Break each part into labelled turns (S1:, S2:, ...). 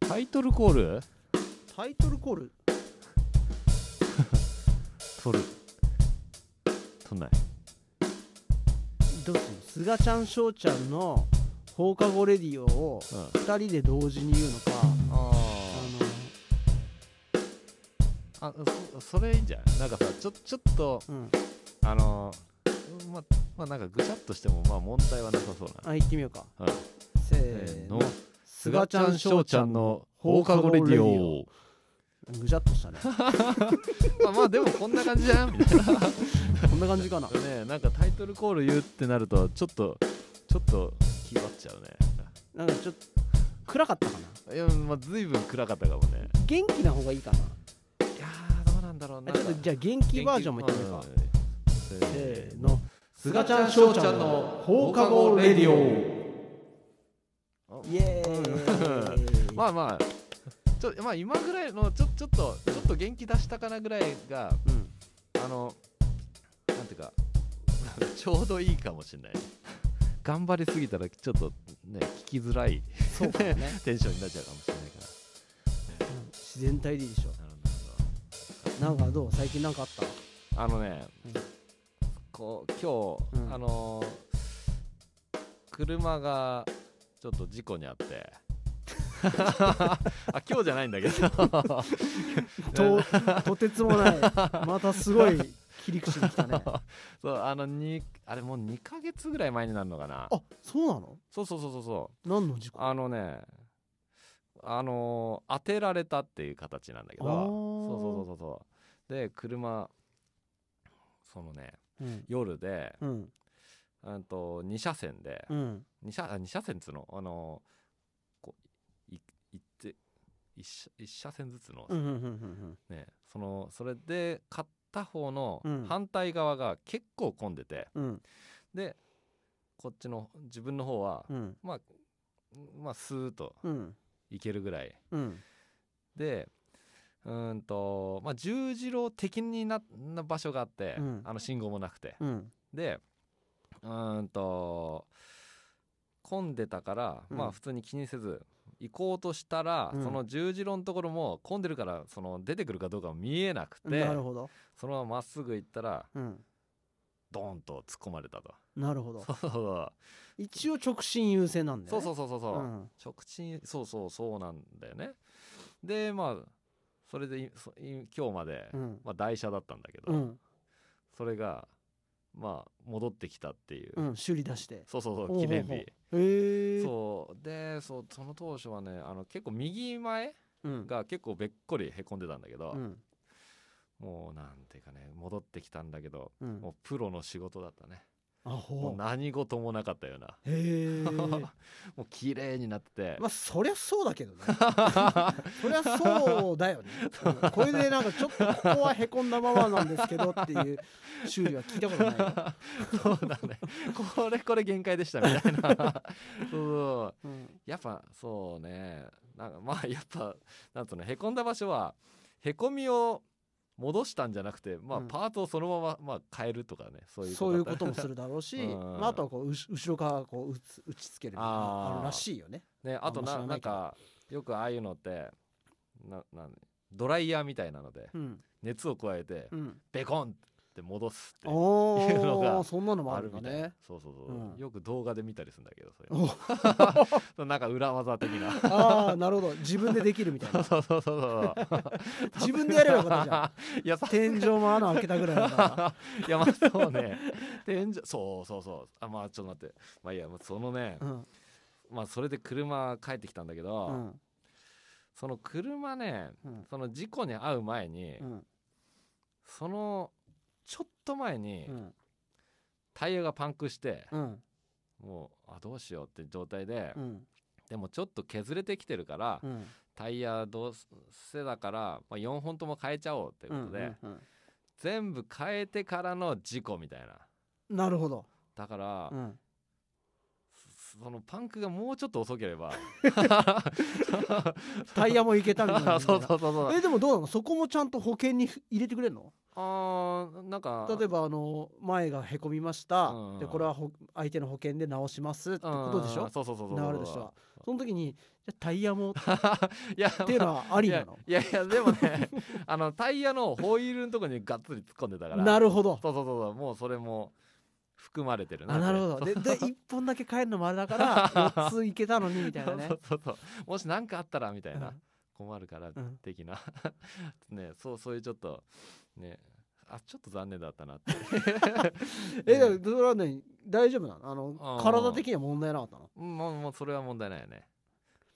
S1: タイトルコール
S2: タイトルコール
S1: 取る取んない
S2: どうするすがちゃんしょうちゃんの放課後レディオを
S1: うんあ
S2: 2人で同時に言うのかあ
S1: あそそれいいんじゃないなんかさちょちょっと
S2: のうん
S1: あのーままあなんかぐちゃっとしてもまあ問題はなさそうな
S2: あ行ってみようか
S1: うん
S2: せ
S1: せ
S2: ー
S1: ー
S2: の
S1: のすがちゃんしょうちゃんの放課後レディオ
S2: ぐちゃっとしたね
S1: まあまあでもこんな感じじ ゃんみたいな
S2: こんな感じかな
S1: ねなんかタイトルコール言うってなるとちょっとちょっと気張っちゃうね
S2: なんかちょっと暗かったかない
S1: やまあ随分暗かったかもね
S2: 元気な方がいいかない
S1: やーどうなんだろう
S2: あ
S1: な
S2: ちょっとじゃあ元気バージョンもいってみようかせ
S1: せ
S2: ーの
S1: すがちゃんしょうちゃんの放課後レディオ
S2: イエーイ
S1: まあまあちょまあ今ぐらいのちょちょっとちょっと元気出したかなぐらいが
S2: うん
S1: あのなんていうか ちょうどいいかもしれない頑張りすぎたらちょっとね聞きづらい
S2: そうかもね
S1: テンションになっちゃうかもしれないから
S2: うん自然体でいいでしょ
S1: なるほ
S2: なんかどう最近なんかあった
S1: どあのね、
S2: うん
S1: こう今日、
S2: うん
S1: あのー車がちょっと事故にあって あ今日じゃないんだけど
S2: ととてつもないまたすごい切り口できたね
S1: そうあのにあれもう2ヶ月ぐらい前になるのかな
S2: あそうなの
S1: そうそうそうそうそう
S2: 何の事故
S1: あのねあのー当てられたっていう形なんだけど
S2: あ
S1: そう
S2: ー
S1: そうそうそうそうで車そのね
S2: うん
S1: 夜で、
S2: うん
S1: うん、と2車線で、
S2: うん
S1: 二車あ二車線っつうのあのーこうい行って一車一車線ずつの、
S2: うんうんうん
S1: ねそのそれで買った方の
S2: うん
S1: 反対側が結構混んでて、
S2: うんうん
S1: でこっちの自分の方は、
S2: うん
S1: まあまあスーッと
S2: うん
S1: いけるぐらい
S2: うん
S1: でうーんとまあ十字路的になな場所があって、
S2: うん
S1: あの信号もなくて、
S2: うん
S1: でうーんと混んでたから、
S2: うん
S1: まあ普通に気にせず行こうとしたら、
S2: うん
S1: その十字路のところも混んでるからその出てくるかどうかも見えなくて
S2: なるほど
S1: そのまままっすぐ行ったら
S2: うん
S1: ドーンと突っ込まれた と
S2: なるほど
S1: そうそうそう
S2: 一応直進優先なんだ
S1: そ
S2: よ
S1: う
S2: ね
S1: そうそうそうそう、
S2: うん
S1: 直進そうそうそうなんだよねでまあそれでいそい今日まで、
S2: うん
S1: まあ、台車だったんだけど、
S2: うん
S1: それがまあ戻ってきたっていう、
S2: うん修理出して
S1: そうそう
S2: ほ
S1: そう
S2: ほうほう
S1: 記念日
S2: へえ
S1: そうでそうその当初はねあの結構右前
S2: うん
S1: が結構べっこりへこんでたんだけど、
S2: うん
S1: もうなんていうかね戻ってきたんだけど
S2: うん
S1: もうプロの仕事だったね
S2: あ
S1: も
S2: ほ
S1: う
S2: う
S1: 何事もなかったような
S2: へえ
S1: もう綺麗になってて、
S2: まあそりゃそうだ けどねそりゃそうだよね、うんこれでなんかちょっとここはへこんだままなんですけどっていう修理は聞いたことない よ、
S1: そうだねこれこれ限界でしたみたいな そうそう
S2: うん
S1: やっぱそうねなんかまあやっぱなんとねへこんだ場所はへこみを戻したんじゃなくて、まあ、
S2: うん
S1: パートをそのまま、まあ、変えるとかねそういう
S2: そういう
S1: だ
S2: こ
S1: った
S2: と
S1: り
S2: もするだろうし、
S1: うん
S2: まあ、あとはこううし後ろからこう打つ打ちつけるみたいなの
S1: あー
S2: があるらしいよね
S1: ね、あとな
S2: あ
S1: ん
S2: ま知ら
S1: な
S2: なんいけど
S1: かよくああいうのってななんドライヤーみたいなので
S2: うん
S1: 熱を加えて
S2: うん
S1: ベコンって戻すって
S2: お
S1: いうのが
S2: ーそんなのも
S1: あ
S2: あ
S1: る
S2: る
S1: み
S2: ん
S1: た
S2: だ
S1: いな
S2: ね
S1: そうそうそう、
S2: うん
S1: よく動画で見たりするんだけどそういう
S2: お
S1: の なんか裏技的な
S2: ああなるほど自分でできるみたい な
S1: そうそうそうそう
S2: 自分でやればよかったじゃ ん
S1: いやさ
S2: 天井も穴開けたぐらいだから
S1: いやまあそうね天井 そうそうそうあまあちょっと待って まあいいやもうそのね、
S2: うん
S1: まあそれで車帰ってきたんだけど、
S2: うん
S1: その車ね
S2: うん
S1: その事故に遭う前に、
S2: うん
S1: そのちょっと前に
S2: うん
S1: タイヤがパンクして、
S2: うん
S1: もうあどうしようって状態で、
S2: うん
S1: でもちょっと削れてきてるから、
S2: うん
S1: タイヤどうせだから、まあ、4本とも変えちゃおうっていうことで、
S2: うんうん
S1: 全部変えてからの事故みたいな
S2: うんなるほど、
S1: だから、
S2: うん、
S1: そそのパンクがもうちょっと遅ければ
S2: タイヤもいけたみたい な
S1: そうそうそうそう
S2: えでもどうなのそこもちゃんと保険に入れてくれるの
S1: ああなんか
S2: 例えばあの前がへこみました、
S1: うん
S2: でこれはほ相手の保険で直しますってことでし
S1: う
S2: ょ
S1: んそうそうそうそう
S2: 流れとしてはその時にじゃあタイヤもっ
S1: いや
S2: ていうのはあり
S1: いや
S2: な の
S1: いやいやでもね あのタイヤのホイールのとこにがっつり突っ込んでたから
S2: なるほど
S1: そうそうそうそうもうそれも含まれてるな
S2: あなる
S1: そ
S2: ほ
S1: れ
S2: どでで1本だけ帰るのもあれだから4ついけたのにみたいな ね
S1: そうそうそうそうもし何かあったらみたいな、
S2: うん
S1: 困るから
S2: うん
S1: 的な ねそうそういうちょっとねあちょっと残念だったなって
S2: えでもそれはね大丈夫なのあの
S1: あー
S2: 体的には問題なかったの
S1: うんもうもうそれは問題ないよね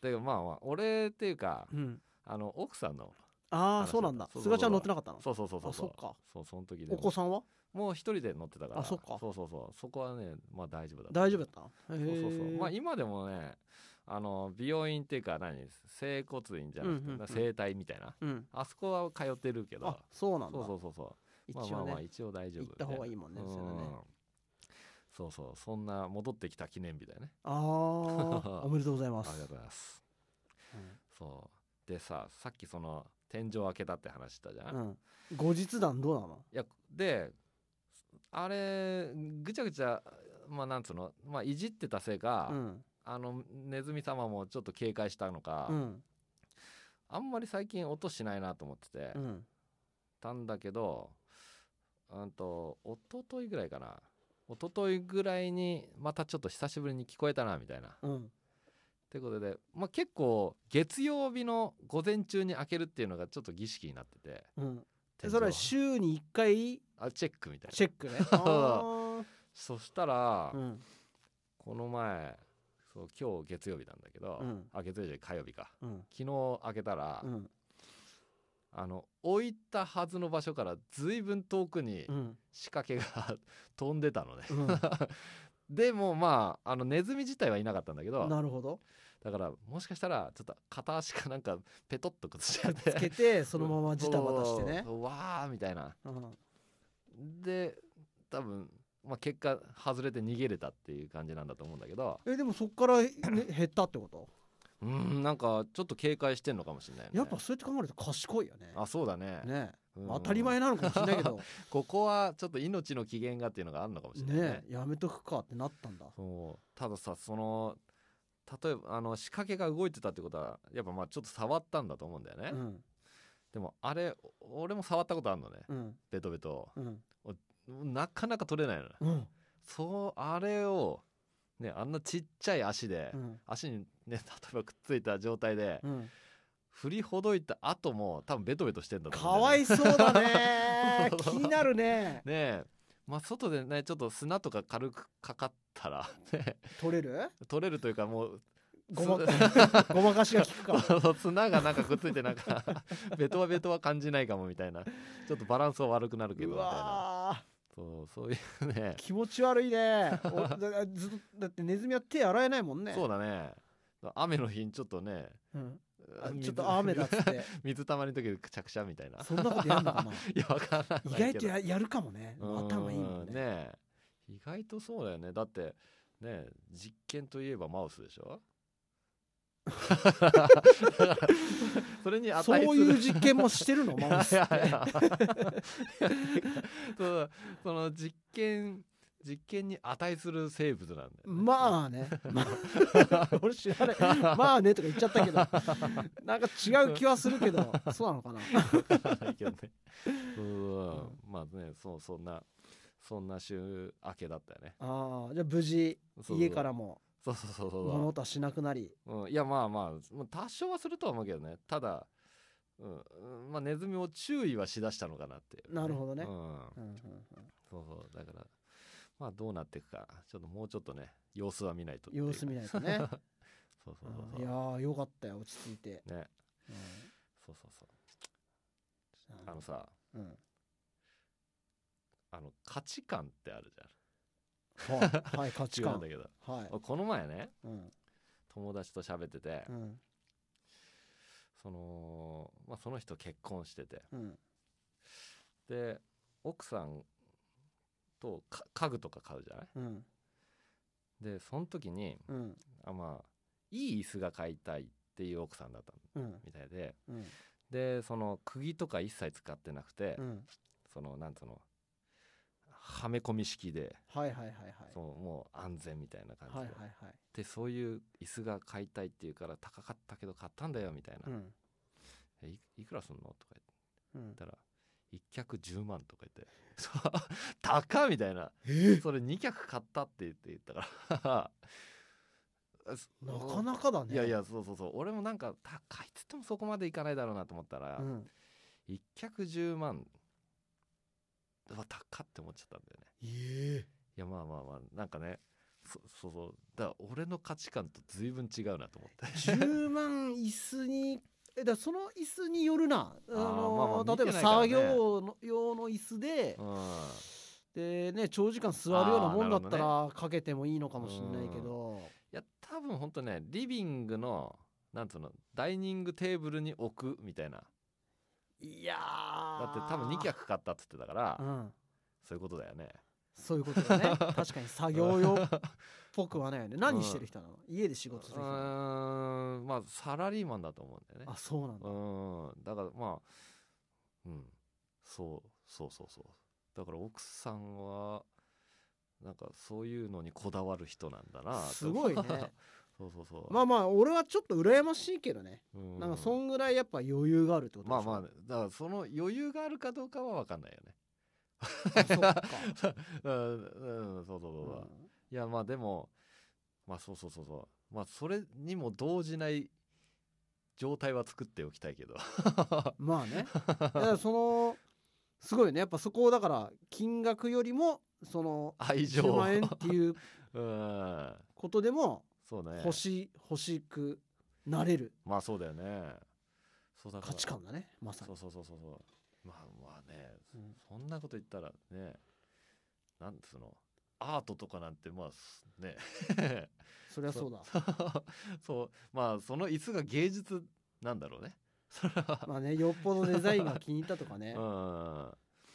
S1: だけどまあ、まあ、俺っていうか
S2: うん
S1: あの奥さんの
S2: あ
S1: 話だ
S2: あそうなん
S1: そ
S2: だ
S1: う
S2: す
S1: そうそう
S2: がちゃん乗ってなかったの
S1: そうそうそうそう
S2: あそっか
S1: そうその時で
S2: お
S1: も
S2: 子さんは
S1: もう一人で乗ってたから
S2: あそっか
S1: そうそうそうそこはねまあ大丈夫だった
S2: 大丈夫だったの
S1: そうそうそうまあ
S2: へー
S1: 今でもねあの美容院っていうか何整骨院じゃなくて、
S2: うんうんうん
S1: 整体みたいな
S2: うん
S1: あそこは通ってるけど
S2: あそうなんだ
S1: そうそうそうそう
S2: 一
S1: まあ
S2: 応
S1: まあまあ
S2: ね
S1: 一応大丈夫
S2: 行った方がいいもんね
S1: う
S2: それはね
S1: そうそうそんな戻ってきた記念日だよね
S2: あ あおめでとうござい
S1: あ
S2: ま
S1: り
S2: す
S1: がとうございます
S2: うん
S1: そうでささっきその天井開けたって話したじゃん、
S2: う
S1: い
S2: ん、後日談どうなの
S1: やであれぐちゃぐちゃまあなんつうの、まあ、いじってたせいか、
S2: うん
S1: あのネズミ様もちょっと警戒したのか、
S2: うん
S1: あんまり最近音しないなと思ってて、
S2: うん
S1: たんだけどうんと一昨日ぐらいかな一昨日ぐらいにまたちょっと久しぶりに聞こえたなみたいな。
S2: うん
S1: ということで、まあ、結構月曜日の午前中に開けるっていうのがちょっと儀式になってて
S2: うん
S1: 天
S2: で
S1: 井
S2: それは週に1回
S1: あチェックみたいな
S2: チェッ クねあ
S1: そしたら、
S2: ーうん
S1: この前そう今日月曜日なんだけど、
S2: うん
S1: あ月曜日じゃない火曜日か
S2: うん
S1: 昨日開けたら、
S2: うん
S1: あの置いたはずの場所から随分遠くに
S2: うん
S1: 仕掛け が飛んでたのね、
S2: うん
S1: でもまああのネズミ自体はいなかったんだけど
S2: なるほ ど
S1: だからもしかしたらちょっと片足かなんかペトッと崩しちゃって
S2: つけてそのままジタバタして
S1: そう
S2: ね
S1: そ、うわーみたいな
S2: うん
S1: で多分、まあ、結果外れて逃げれたっていう感じなんだと思うんだけど
S2: えでもそっから、ね、減ったってこと
S1: うーんなんかちょっと警戒してんのかもしれないね
S2: やっぱそうやって考えると賢いよね
S1: あそうだね
S2: ね
S1: うん
S2: 当たり前なのかもしれ ないけど
S1: ここはちょっと命の機嫌がっていうのがあるのかもしれないね
S2: ねやめとくかってなったんだ
S1: そうたださその例えばあの仕掛けが動いてたってことはやっぱまあちょっと触ったんだと思うんだよね、
S2: うん
S1: でもあれお俺も触ったことあるのね
S2: うん
S1: ベトベトを
S2: うん
S1: なかなか取れないのね
S2: うん
S1: そうあれをねあんなちっちゃい足で、
S2: うん
S1: 足にね例えばくっついた状態で、
S2: うん
S1: 振りほどいた後も多分ベトベトしてんだと
S2: か
S1: 思うん
S2: わ
S1: だよね
S2: いそうだ ね気になるね
S1: ねえまあ外でねちょっと砂とか軽くかかったら、ね、
S2: 取れる
S1: 取れるというかもう
S2: ごま ごまかしが効くか
S1: そうそう砂がなんかくっついてなんかベトはベトは感じないかもみたいなちょっとバランスは悪くなるけど
S2: う
S1: みたいな
S2: わ
S1: そうそういうね
S2: ー気持ち悪いねおだだずっとだってネズミは手洗えないもんね
S1: そうだね雨の日にちょっとね
S2: うんあ
S1: 水
S2: ちょっと雨だっつって
S1: 水たまりの時にくちゃくちゃみたいな
S2: そんなことやるのかない
S1: やわからないけど
S2: 意外とややるかもね
S1: うん
S2: 頭いいもんね
S1: え意外とそうだよねだってねえ実験といえばマウスでし ょだからそれに値す
S2: そ
S1: る
S2: ういう実験もしてるのマウス
S1: い
S2: っ
S1: や
S2: て
S1: いやいやそうその実験実験に値する生物なんだよ、ね、
S2: まあ ね。まあ俺知らない。まあねとか言っちゃったけど、なんか違う気はするけど、そうなのかな。
S1: わからないけどねそうそうそうまあねそうそんなそんな週明けだったよね
S2: ああ、じゃあ無事
S1: そうそう
S2: 家からも
S1: そうそうそうそう
S2: 物音はしなくなり、
S1: うん、いやまあまあまあ多少はするとは思うけどねただ、うんうん、まあネズミを注意はしだしたのかなっていう、
S2: なるほどね
S1: うん、
S2: うんうん
S1: そうそうだからまあどうなっていくかちょっともうちょっとね様子は見ないと
S2: うん、様子見
S1: ない
S2: ない とね。
S1: そうそううんそう
S2: いやーよかったよ落ち着いて。
S1: そうね
S2: うん
S1: そうそうそうあのさ
S2: うん
S1: あの価値観ってあるじゃん
S2: はい、はい、価値
S1: 違うん
S2: 観
S1: だ。けど
S2: はい。
S1: この前ね
S2: うん
S1: 友達と喋ってて、
S2: うん
S1: そのまあその人結婚してて
S2: うん
S1: で奥さんとか家具とか買うじゃない
S2: うん
S1: でその時に
S2: うん
S1: あまあいい椅子が買いたいっていう奥さんだった
S2: うん
S1: みたいで
S2: うん
S1: でその釘とか一切使ってなくて、
S2: うん
S1: そのなんつうのはめ込み式で、
S2: はいはいはいはい
S1: そうもう安全みたいな感じで,、
S2: はいはいはい
S1: でそういう椅子が買いたいっていうから高かったけど買ったんだよみたいな、
S2: うん
S1: えいいくらすんのとか
S2: うん
S1: 言ったら1脚10万とか言って 「そう高っ!」みたいなそれ2脚買ったって言って言ったから
S2: なかなかだね
S1: いやいやそうそうそう俺もなんか高いっつってもそこまでいかないだろうなと思ったら、
S2: うん
S1: 一脚10万うわ高って思っちゃったんだよね
S2: ええ
S1: いやまあまあまあなんかねそそうそうだから俺の価値観と随分違うなと思って
S2: 10万椅子にえだからその椅子によるなあ
S1: ーま
S2: の
S1: あまあ
S2: 例え
S1: 見て
S2: ば
S1: ないから
S2: 作
S1: ね
S2: 業の用の椅子で
S1: うんあ
S2: でね長時間座るようなもんだった
S1: あー
S2: らかけてもいいのかもしれないけど
S1: いや多分ほんとねリビングのなんつうのダイニングテーブルに置くみたいない
S2: や
S1: だって
S2: ー
S1: 多分2脚買ったっつってたから、
S2: うん
S1: そういうことだよね
S2: そういうこと だね確かに作業用っぽくはないよね何してる人なの家で仕
S1: う
S2: 事する人なの
S1: ーんまあサラリーマンだと思うんだよね
S2: あそうなんだ
S1: うんだからまあうんそうそうそうそうだから奥さんはなんかそういうのにこだわる人なんだな
S2: すごいね
S1: そうそうそう
S2: まあまあ俺はちょっと羨ましいけどね
S1: う
S2: なんかそんぐらいやっぱ余裕があるってこと
S1: まあまあ
S2: あ
S1: ねだからその余裕があるかどうかは分かんないよね
S2: そっか
S1: うん、うん、そうそう そううそう、
S2: ん
S1: いやまあでもまあそうそうそうそうまあそれにも動じない状態は作っておきたいけど
S2: まあねだからそのすごいねやっぱそこをだから金額よりもその
S1: 愛情
S2: 10万円っていう
S1: うん
S2: ことでも
S1: そうね
S2: 欲しい欲しくなれる
S1: まあそうだよね。そうだから
S2: 価値観だねまさ
S1: そ
S2: に
S1: うそうそうそうそう。まあまあね、
S2: うん
S1: そんなこと言ったらね、なんつうの、アートとかなんてまあすね、
S2: そりゃそうだ
S1: そうまあその椅子が芸術なんだろうね。それは。
S2: まあねよっぽどデザインが気に入ったとかね
S1: う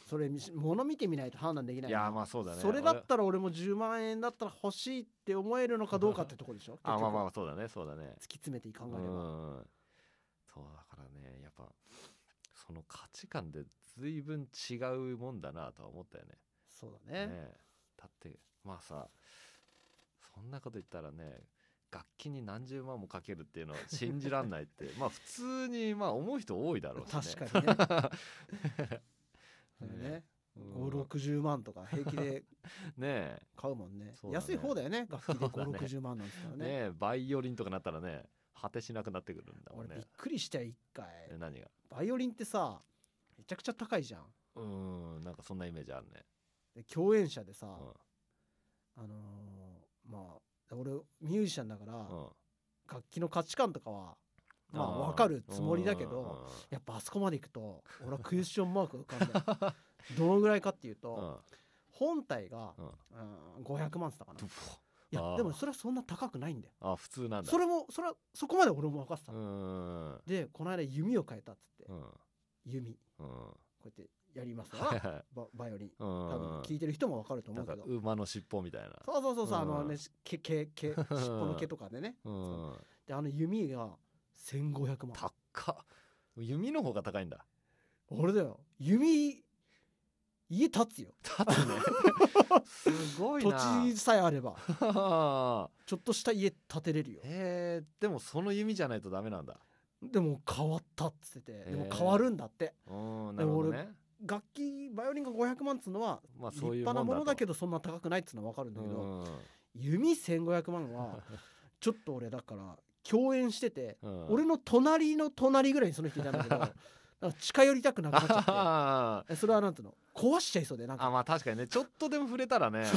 S2: それ見し物見てみないと判断でき
S1: ん。
S2: な
S1: い
S2: い
S1: やまあそうだね。
S2: それだっ
S1: 俺
S2: たら俺も10万円だったら欲しいって思えるのかどうかってとこでしょ
S1: あまあまあま
S2: 結
S1: あそうだねそうだね。
S2: 局突き詰めて考
S1: う
S2: えれば
S1: ん。そうだからねやっぱその価値観で随分違うもんだなとは思ったよね。
S2: そうだ
S1: ね
S2: ね
S1: えだってまあさそんなこと言ったらね楽器に何十万もかけるっていうのは信じらんないって まあ普通にまあ思う人多いだろうし、ね、
S2: 確かにね それね
S1: ねうん
S2: 560万とか平気で
S1: ね
S2: 買うもんね
S1: そうだね
S2: 安い方だよね楽器
S1: そ
S2: で
S1: うだね
S2: 560万なんですから
S1: え
S2: ね
S1: ねえバイオリンとかなったらね果てしなくなってくるんだもん
S2: 俺
S1: ね
S2: びっくりしたよ一回
S1: え何が
S2: バイオリンってさめちゃくちゃ高いじゃん
S1: うーんなんかそんなイメージあるね、
S2: で共演者でさ、
S1: うん
S2: あのーまあ俺ミュージシャンだから、
S1: うん
S2: 楽器の価値観とかはまあ
S1: ー
S2: わかるつもりだけど
S1: うんうんうん
S2: やっぱあそこまで行く と俺はクエスチョンマークが浮かんだよどのぐらいかっていうと、
S1: うん
S2: 本体が、
S1: うん
S2: うん、500万っつったかな
S1: ドゥ
S2: い
S1: ポあ
S2: や
S1: ー
S2: でもそれはそんな高くないんだよ
S1: あ普通なんだ
S2: それもそれはそこまで俺も分かってた
S1: う
S2: の、
S1: ーん
S2: でこの間弓を変えたっつって、
S1: うん
S2: 弓
S1: う
S2: こ
S1: ん
S2: うやってやります
S1: はい
S2: わ
S1: はい
S2: ババイオリ ン
S1: う
S2: 多分
S1: ん
S2: 聞いてる人も分かると
S1: な
S2: 思
S1: ん
S2: うけ
S1: か
S2: ど
S1: 馬の尻尾みたいな
S2: そうそうそうそうあの
S1: う
S2: ね
S1: ん
S2: し毛毛毛尻尾の毛とか でね
S1: うん
S2: であの弓が1500万
S1: 高っ弓の方が高いんだ
S2: 俺だよ弓家立つよ
S1: 立つ ねすごい
S2: 土
S1: な
S2: 地さえ あれば
S1: 地
S2: ちょっとした家建てれるよ
S1: えー、でもその弓じゃないとダメなんだ
S2: でも変わったっつっててでも
S1: へー
S2: 変わるんだって
S1: うんなるほどね
S2: 楽器バイオリンが500万っつうのは
S1: まあ
S2: 立
S1: そういう
S2: 派なものだけ
S1: ど
S2: どそんな高くないっつうのは分かるんだけど
S1: うん
S2: 弓1500 万はちょっと俺だから共演してて
S1: うん
S2: 俺の隣の隣ぐらいにその人いたんだけどなんか近寄りたくなくなっちゃっ
S1: あー
S2: てえそれはなんていうの壊しちゃいそうでなん
S1: あ
S2: か
S1: まあ確かにねちょっとでも触れたら ねいや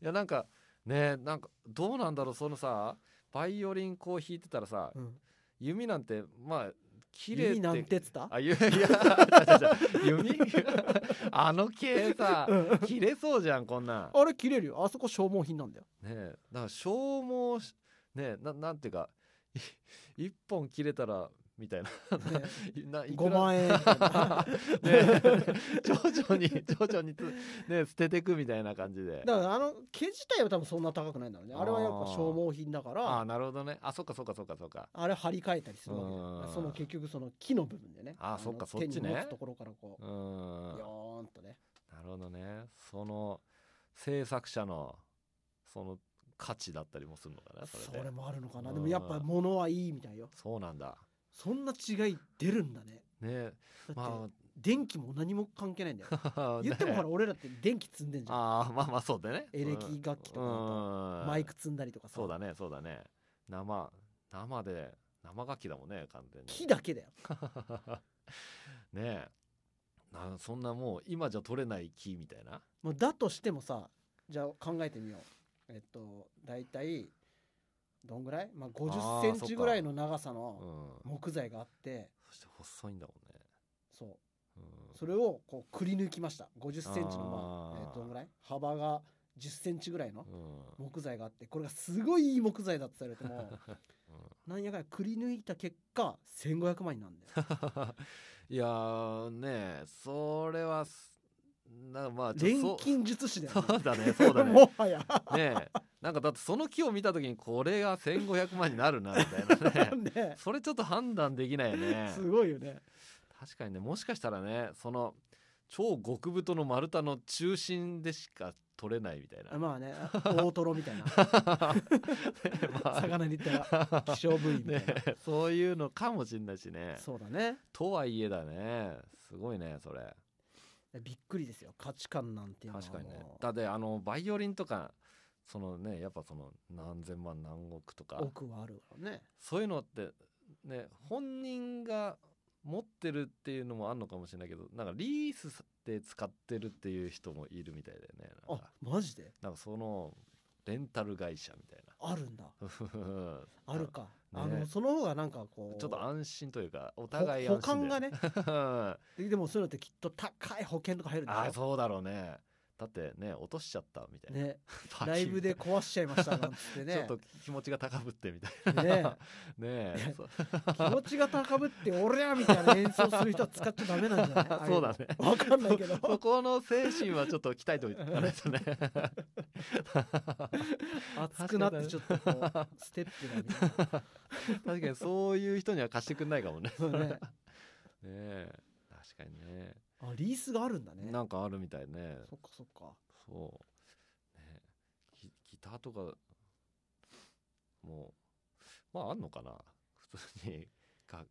S1: いやなんかねなんかどうなんだろうそのさバイオリンこう弾いてたらさ
S2: うん
S1: 弓なんてまあ綺麗
S2: 指なんてっつった
S1: あ、ゆいや、 違う違う違う弓あの系さ
S2: う、ん
S1: 切れそうじゃん、こんなん。
S2: あれ切れるよあそこ消耗品なんだよ
S1: ねえ、だから消耗し、ねえ、ななんていうか、い一本切れたらみたいなない くら
S2: 5万円みたいな
S1: ね徐々に徐々につ、ね、捨ててくみたいな感じで
S2: だからあの毛自体は多分そんな高くないんだろうねあれはやっぱ消耗品だか
S1: あ
S2: ら
S1: あなるほどねあそっかそっかそっかそっか
S2: あれ張り替えたりするわけじゃん
S1: うん
S2: その結局その木の部分でね
S1: あー
S2: の
S1: そっかそっちね
S2: 手に持つところからこ
S1: う
S2: う
S1: ーん
S2: よーんとね
S1: なるほどねその制作者のその価値だったりもするのかなそ
S2: そ
S1: れで
S2: れもあるのかな
S1: うん
S2: でもやっぱ物はいいみたいよ
S1: そうなんだ
S2: そんな違い出るんだね
S1: ね
S2: だっ
S1: ま
S2: て電気も何も関係ないんだよ
S1: あ
S2: 言ってもほら
S1: ね
S2: 俺らって電気積んでんじゃん
S1: ああまあまあそうだね
S2: エレキ楽器とか
S1: か
S2: マイク積んだりとかさ
S1: そうだねそうだね生生で生楽器だもんね完全に
S2: 木だけだよ
S1: ねえなそんなもう今じゃ取れない木みたいな
S2: もうだとしてもさじゃあ考えてみようえっと大体どんぐらい、まあ、
S1: あー
S2: 50セン
S1: そっ
S2: チ
S1: か
S2: ぐらいの長さ
S1: う
S2: の
S1: ん
S2: 木材があって
S1: そして細いんだもんね
S2: そう
S1: うん
S2: それをこうくり抜きました50センチのまあ、
S1: あー
S2: えーどんぐらい幅が10センチぐらいの
S1: うん
S2: 木材があってこれがすごいいい木材だって言われても
S1: う
S2: なんやかんやくり抜いた結果1500万に なるんだよ
S1: んいやーねえそれはすなまあちょっ
S2: 錬
S1: と
S2: 金術師だよ
S1: そうそ
S2: ね、
S1: うだねそうだねね
S2: もはや
S1: えなんかだってその木を見た時にこれが1500万になるなみたいなね
S2: ね
S1: それちょっと判断できないよね
S2: すごいよね
S1: 確かにねもしかしたらねその超極太の丸太の中心でしか取れないみたいな、
S2: まあね大トロみた いな
S1: まあ
S2: 魚に言ったら希少部位みたい
S1: ね
S2: な、
S1: そういうのかもしれないしね
S2: そうだね
S1: とはいえだねすごいねそれ
S2: びっくりですよ価値観なんていうのは
S1: 確かにね
S2: もう
S1: だってあのバイオリンとかそのねやっぱその何千万何億とか
S2: 奥はあるからね
S1: そういうのってね本人が持ってるっていうのもあるのかもしれないけどなんかリースで使ってるっていう人もいるみたいだよねなん
S2: あ
S1: か
S2: マジで
S1: なんかそのレンタル会社みたい な
S2: あるんだあるか、
S1: ね
S2: あのその方がなんかこう
S1: ちょっと安心というかお
S2: お
S1: 互い安心
S2: 保管が
S1: ね
S2: ね ででもそういうのってきっと高い保険とか入るんでしょ
S1: ああそうだろうねだってね落としちゃったみたいな、
S2: ね
S1: パキン
S2: ライブで壊しちゃいましたなんつって
S1: ちょっ
S2: ね
S1: と気持ちが高ぶってみたいな
S2: ね
S1: ねえそ
S2: 気持ちが高ぶって「俺や!」みたいな演奏する人は使っちゃダメなんじゃな い
S1: そうだね
S2: 分かんないけ ど
S1: そこの精神はちょっと鍛えておいたないと ね
S2: 熱くなってちょっとこうステップがみたいな
S1: 確かにそういう人には貸してくんないかもね
S2: そ う ね
S1: ねえ確かにね
S2: あリースがあるんだね
S1: なんかあるみたいね
S2: そっかそっか
S1: そう、ね、ギギターとかもうまああんのかな普通にが、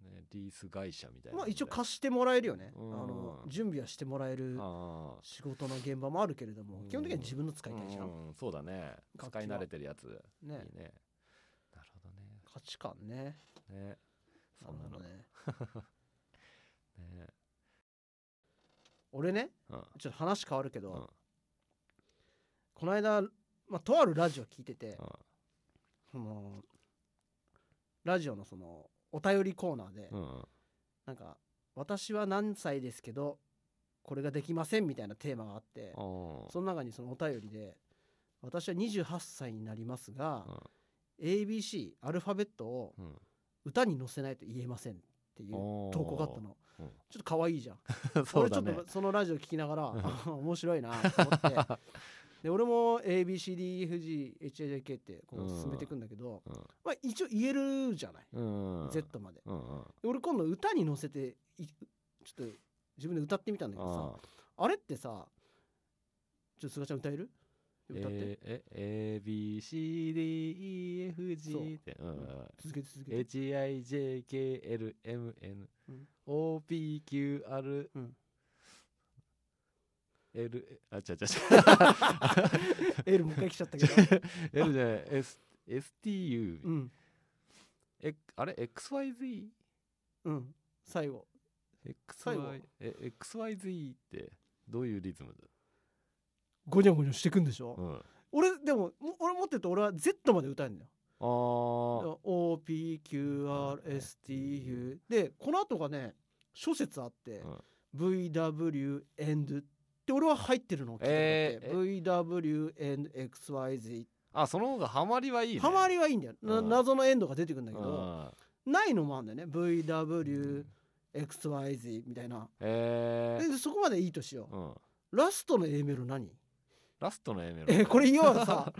S1: ね、リース会社みたいな
S2: まあ一応
S1: か
S2: 貸してもらえるよねあ
S1: うん
S2: の準備はしてもらえる
S1: ああ
S2: 仕事の現場もあるけれど
S1: う
S2: も
S1: ん
S2: 基本的には自分の使いたいじゃん
S1: うんそうだね使
S2: 楽器はい
S1: 慣れてるやつ、
S2: ね
S1: いいねなるほど
S2: 価値観ね
S1: ねねそんな
S2: る
S1: の
S2: ほど
S1: ね
S2: ね俺ね
S1: うん
S2: ちょっと話変わるけど、
S1: うん
S2: この間、まあ、とあるラジオ聞いてて、
S1: う
S2: そのラジオのそのお便りコーナーで、
S1: んうん
S2: なんか「私は何歳ですけどこれができません」みたいなテーマがあって
S1: おー
S2: その中にそのお便りで「私は28歳になりますが、
S1: うん
S2: ABC アルファベットを
S1: うん
S2: 歌に載せないと言えません」っていう
S1: おー
S2: 投稿があったの
S1: うん
S2: ちょっと可愛いじゃん。
S1: そうだ
S2: 俺
S1: ね
S2: ちょっとそのラジオ聞きながら
S1: うん
S2: あ 面白いなと思 ってで俺も ABCDEFGHJK ってこ
S1: うん
S2: う進めていくんだけど、まあ、一応言えるじゃない、
S1: うんうん
S2: Z まで
S1: うんうん
S2: で俺今度歌に乗せていちょっと自分で歌ってみたんだけどさ
S1: あ
S2: あれってさちょっと菅ちゃん歌える
S1: ー
S2: 歌って、
S1: ええ A B C D E F
S2: そう
S1: G ってうんうんうん
S2: 続けて続けて
S1: H I J K L M N
S2: うん
S1: O P Q R
S2: うん
S1: L あ違う違う
S2: L もう一回来ちゃった けど、
S1: 違う L じゃない S S T U
S2: うん
S1: えあれ X Y Z
S2: うん、最後
S1: X
S2: 最後
S1: Y え X Y Z ってどういうリズムだ
S2: ゴニョゴニョしてくんでしょ、
S1: うんあ
S2: 俺でもも俺持ってると俺は Z まで歌えるんだよ
S1: あー
S2: OPQRSTU でこの後がね諸説あって、VW and って俺は入ってるのを聞いた
S1: えー
S2: VW and XYZ
S1: あその方がハマりはいいね
S2: ハマりはいいんだよ、な
S1: うん
S2: 謎のエンドが出てくるんだけ
S1: う
S2: ど、
S1: ん
S2: ないのもあるんだよね
S1: うん
S2: VWXYZ みたいな、
S1: えー
S2: でそこまでいいとしよう、
S1: うん、
S2: ラストの A メロ何
S1: ラストの A メロ
S2: えこれ要はさ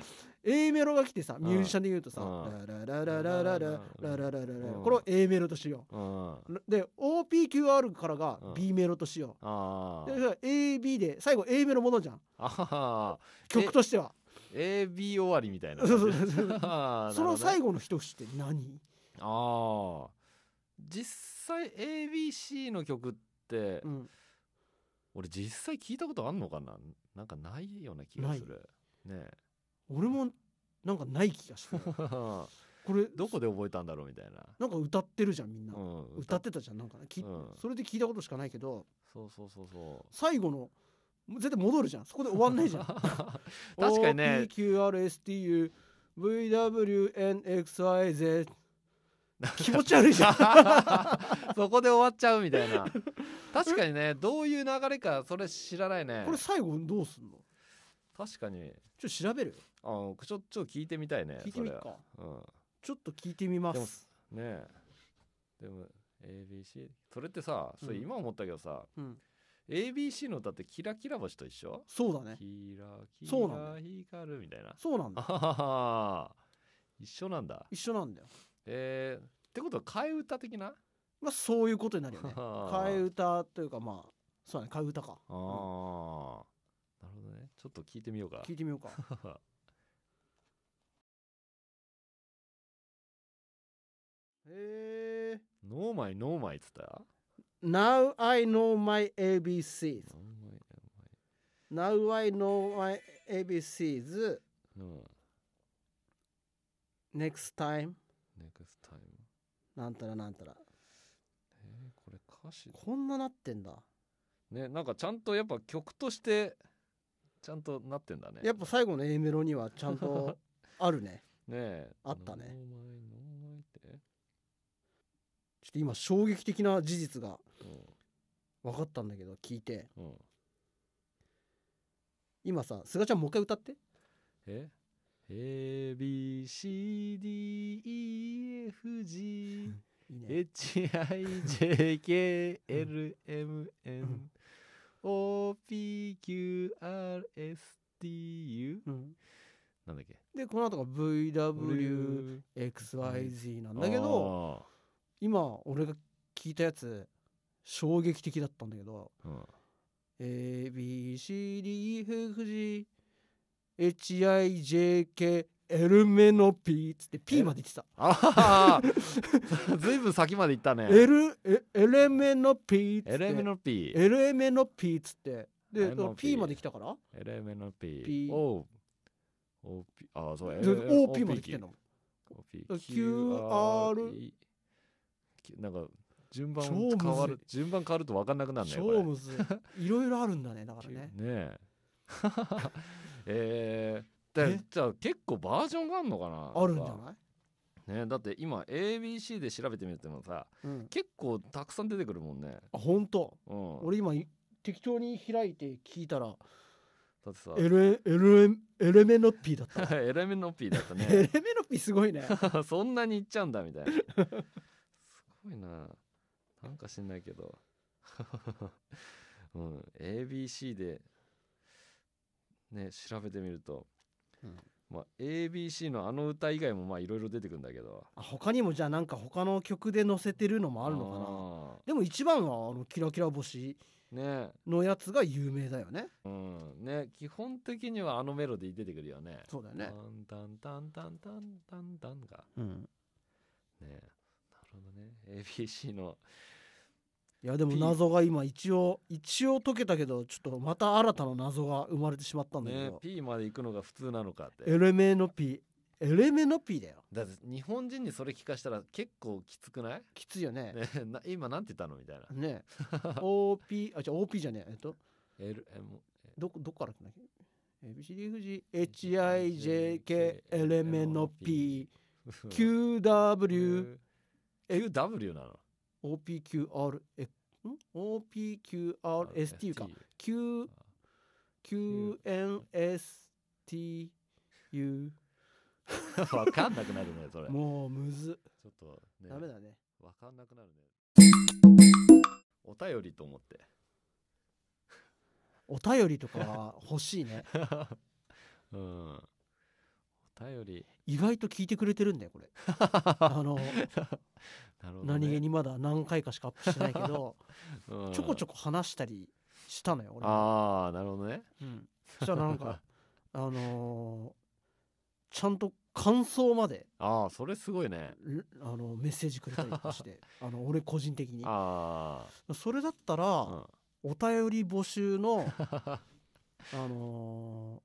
S2: A メロが来てさ
S1: うん
S2: ミュージシャンで言うとさ
S1: うん
S2: ララララララララララララ
S1: うん
S2: これを A メロとしよ
S1: うんあ
S2: うで OPQR からが
S1: うん
S2: B メロとしよ
S1: あ
S2: うで AB で最後 A メロ戻るじゃん
S1: あはは
S2: 曲としては
S1: AB 終わりみたいな
S2: そうそ うそうそう
S1: あー
S2: その
S1: な
S2: 最
S1: るほどね
S2: 後の一節って何
S1: ああ実際 ABC の曲って、
S2: うん
S1: 俺実際聞いたことあんのかななんかないような気がするね え
S2: 俺もなんかない気がするこれ
S1: どこで覚えたんだろうみたいな、
S2: なんか歌ってるじゃんみんな
S1: うん、
S2: 歌ってたじゃんなんかねき
S1: うん
S2: それで聞いたことしかないけど
S1: そうそうそうそう
S2: 最後の絶対戻るじゃんそこで終わんないじゃ ん
S1: 確かにね
S2: OPQRSTU VWNXIZ 気持ち悪いじゃん
S1: そこで終わっちゃうみたいな確かにねどういう流れかそれ知らないね
S2: これ最後どうすんの
S1: 確かに
S2: ちょっと調べるよ
S1: あのちょちょっと聞いてみたいね
S2: 聞いてみっか
S1: それは
S2: ちょっと聞いてみま
S1: でも
S2: す
S1: うんねえでも ABC それってさそれ
S2: うん
S1: 今思ったけどさ、
S2: うん、
S1: ABC の歌ってキラキラ星と一緒
S2: そうだね
S1: キラキ
S2: そうなの
S1: ラ光るみたいな
S2: そうなん
S1: あ
S2: だ
S1: ははは一緒なんだ
S2: 一緒なんだよ
S1: えー、ってことは替え歌的な
S2: まあそういうことになる よね替え
S1: 替
S2: 歌というかまあそうだね替え 歌か
S1: ああ、なるほどねちょっと聞いてみようか
S2: 聞いてみよ うかへえ
S1: ノーマイノーマイっつったよ
S2: Now I know my ABCs
S1: ノーマイ
S2: Now I know my ABCs
S1: ノーマイうん
S2: Next
S1: ネ
S2: time
S1: クスタイム
S2: なんたらなんたら
S1: えーこれ歌詞
S2: こんななってんだ
S1: ねなんかちゃんとやっぱ曲としてちゃんとなってんだね
S2: やっぱ最後の A メロにはちゃんとあるね
S1: ねえ
S2: あったね
S1: ノーマイノーマイって
S2: ちょっと今衝撃的な事実が
S1: う
S2: 分かったんだけど聞いて
S1: ん、うん、
S2: 今さすがちゃんもう一回歌って
S1: え A B C D E F G
S2: いいね
S1: H I J K L M
S2: う
S1: N
S2: ん
S1: O P Q R S T U
S2: うん
S1: なんだっけ
S2: でこの後が VWXYZ なんだけど
S1: ど、
S2: 今俺が聞いたやつ衝撃的だったんだけど
S1: あー
S2: A B C D E F G H I J K L メの P つって P まで言ってた。
S1: あー ずいぶん先まで行ったね
S2: L え L メの P つって。
S1: エレメの P
S2: L メの P つって。で
S1: LMNOP
S2: だから P まで来たから。
S1: エレメの
S2: P
S1: P O O P あーそう
S2: で OP まで来てん
S1: の
S2: の。
S1: Q R
S2: QR
S1: なんか順番
S2: 超むずい
S1: 変わる順番変わると分かんなくなるねこ
S2: 超
S1: れ
S2: むずい。いろいろあるんだねだか らね
S1: ね。ええー、
S2: え
S1: でじゃあ結構バージョンがあるのかな
S2: あるんじゃない？
S1: いねえだって今 ABC で調べてみてもさ
S2: うん。
S1: 結構たくさん出てくるもんね
S2: あ本当。
S1: うん
S2: 俺今い適当に開いて聞いたら
S1: だってさ
S2: L L L メの P だった。
S1: エレメの P だった
S2: L
S1: ね
S2: メの P すごいね。
S1: そんなにいっちゃうんだみたいなすごいななんか知んないけど うん ABC でね調べてみると、
S2: うん
S1: まあ、ABC のあの歌以外もまあいろいろ出てくるんだけど
S2: あ他にもじゃあなんか他の曲で載せてるのもあるのかなでも一番はあの「キラキラ星
S1: かなね」
S2: のやつが有名だよね
S1: うんね基本的にはあのメロディー出てくるよね
S2: そうだよね
S1: タンタンタンタンタンタンタンが
S2: うん
S1: ねなるほどね ABC の
S2: いやでも
S1: P
S2: 謎が今一応一応解けたけどちょっとまた新たな謎が生まれてしまったんだけ
S1: ね
S2: ど、
S1: P まで行くのが普通なのかって
S2: エレメの P エレメの P だよ
S1: だって日本人にそれ聞かしたら結構きつくない、
S2: きついよね
S1: ね、 な今なんて言ったのみたいな。
S2: ね OP あじゃ OP じゃねええっと
S1: LM
S2: どこどっから来たんだっけ ABCDFGHIJK エレメの PQW
S1: QW なの
S2: OPQR えん ?OPQRST か QQNSTU
S1: わかんなくなるねそれちょ
S2: もうむ
S1: っ
S2: ず
S1: とね
S2: ダメだね
S1: わかんなくなるねお便りと思って
S2: お便りとかは欲し いね
S1: うんお便り
S2: 意外と聞いてくれてるんだよ これあの、
S1: なるほどね、
S2: 何気にまだ何回かしかアップしてないけど
S1: うん
S2: ちょこちょこ話したりしたのよ俺も、
S1: ああなるほどね
S2: うん、そしたらなんかあのーちゃんと感想まで
S1: ああそれすごいね
S2: ルあのメッセージくれたりとかしてあの俺個人的に
S1: あ
S2: それだったら、
S1: あ、うん、
S2: お便り募 集のあの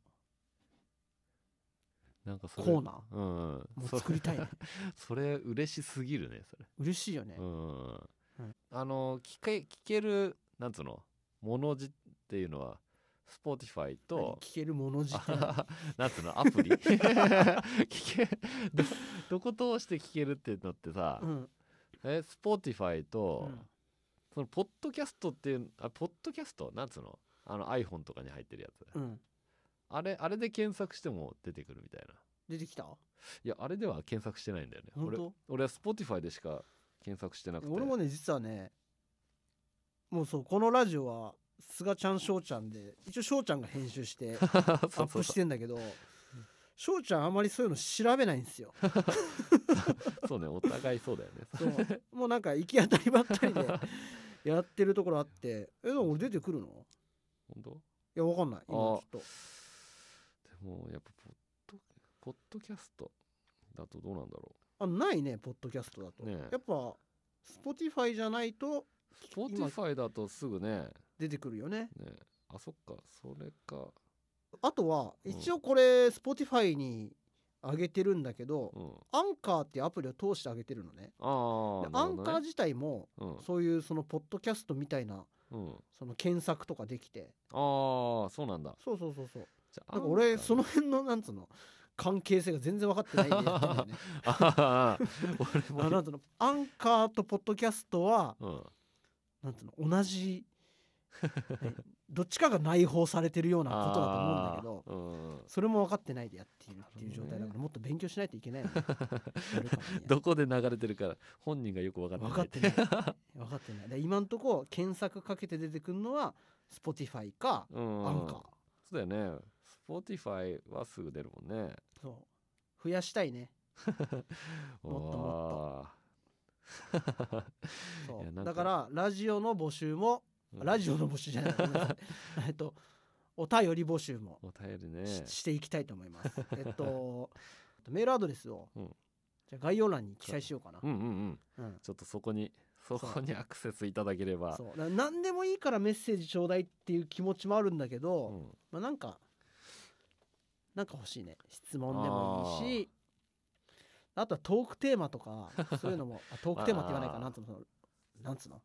S1: なんかそ
S2: ー
S1: れ
S2: コーナー
S1: ーうんうん
S2: もう
S1: それ
S2: 作りたいね
S1: それ 嬉しすぎるねそれ
S2: 嬉しいよね、
S1: うん
S2: うん
S1: あの聞け聞けるなんつうのものじっていうのは Spotify
S2: 何
S1: と
S2: 聞けるもの自体
S1: なんつうのア プリ聞けどどこ通して聞けるってのってさ、
S2: うん
S1: え Spotify と、
S2: うん
S1: そのポッドキャストっていうあポッドキャストなんつうのあの iPhone とかに入ってるやつ、
S2: うん
S1: あれあれで検索しても出てくるみたいな
S2: 出てきた
S1: いやあれでは検索してないんだよね
S2: 本
S1: 俺
S2: 当
S1: 俺は Spotify でしか検索してなくて
S2: 俺もね実はねもうそうこのラジオは菅ちゃん翔ちゃんで一応翔ちゃんが編集し てア
S1: ッ
S2: ップしてんだけど翔ちゃんあまりそういうの調べないんで すよ
S1: そうね、お互いそうだよね。
S2: そうもうなんか行き当たりばったりでやってるところあってえでも俺出てくるの
S1: 本当
S2: いやわかんない今ちょっと
S1: でも、やっぱポッド、ポッドキャストだとどうなんだろ
S2: あないねポッドキャストだと、
S1: ねえ
S2: やっぱ Spotify じゃないと
S1: う。Spotify だとすぐね、
S2: 出てくるよね
S1: ね、あ、そっか、それか、
S2: あとは
S1: うん
S2: 一応これ Spotify に上げてるんだけど、
S1: うん。
S2: アンカーっていうアプリを通して上げてるのね
S1: あ
S2: で
S1: あ、
S2: ア
S1: なる
S2: ン
S1: ほ
S2: カ
S1: ど
S2: ー
S1: ね
S2: 自体も
S1: うん
S2: そういうそのポッドキャストみたいな
S1: うん。
S2: その検索とかできて
S1: ああ、そうなんだ。
S2: そうそうそうそう
S1: じゃあ
S2: なんか俺
S1: アンカー
S2: その辺のなんつうの関係性が全然分かっ てないんでやってんだよね
S1: ああ、俺
S2: あの
S1: も。
S2: なんつうのアンカーとポッドキャストは
S1: うん、
S2: なんつうの 同じねどっちかが内包されてるようなことだと思うんだけど
S1: あーうん
S2: それも分かってないでやっているってい
S1: な
S2: う
S1: る
S2: 状
S1: ほどね
S2: 態だからもっと勉強しないとい けないよねやるからには
S1: どこで流れてるから本人がよく分かって
S2: 分
S1: ない
S2: かってない分かってないで今んとこ検索かけて出てくるのは Spotify か
S1: うん
S2: アンカー
S1: そうだよね Spotify はすぐ出るもんね
S2: そう増やしたいねもっと
S1: もっと。
S2: そ
S1: いやな
S2: う
S1: んか
S2: だからラジオの募集もラジオの募集じゃないごめ んなさいえっとお便り募集も
S1: お便りね。
S2: し,、ていきたいと思い ますえっとメールアドレスを、
S1: うん
S2: じゃあ概要欄に記載しようかな
S1: う、んうんうん。
S2: うん
S1: ちょっとそこに、
S2: う
S1: そこにアクセスいただければ。
S2: そうだから何でもいいからメッセージちょうだいっていう気持ちもあるんだけど、
S1: うん
S2: まあ、なんかなんか欲しいね質問でもいいしあとはトークテーマとかそういう のもあトークテーマって言わないか
S1: あー
S2: なと思うなんつうの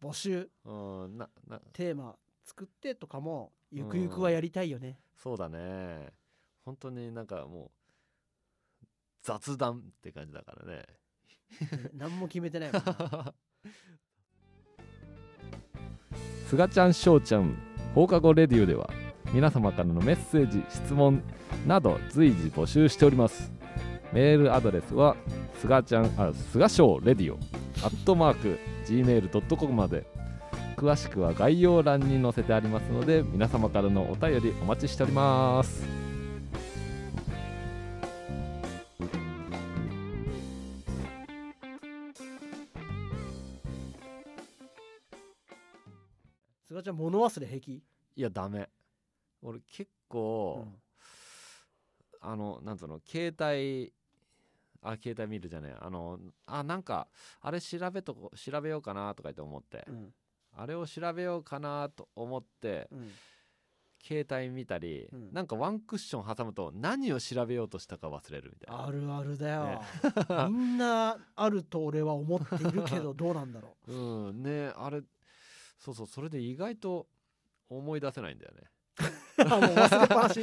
S2: 募集
S1: うん、な、な、
S2: テーマ作ってとかもゆくゆくはやりたいよね、
S1: そうだね。本当になんかもう、雑談って感じだからね。
S2: ね何も決めてない もんな
S1: すがちゃんしょうちゃん放課後レディオでは皆様からのメッセージ質問など随時募集しておりますメールアドレスはすがちゃんあすがしょうレディオアットマーク gmail.com まで詳しくは概要欄に載せてありますので皆様からのお便りお待ちしております
S2: すがちゃん物忘れ平気、
S1: いやダメ俺結
S2: う
S1: 構、
S2: ん
S1: あの、なんつうの、携帯、あ、携帯見るじゃねえ。あの、あ、なんか、あれ調べとこ、調べようかなとか言って思って、
S2: うん
S1: あれを調べようかなと思って、
S2: うん、
S1: 携帯見たり、
S2: うん
S1: なんかワンクッション挟むと、何を調べようとしたか忘れるみたいな。
S2: あるあるだ よ、みんなあると俺は思っているけ どどうなんだろ
S1: うん、ねあれ、そうそう、それで意外と思い出せないんだよね。
S2: う もう忘れっぱなし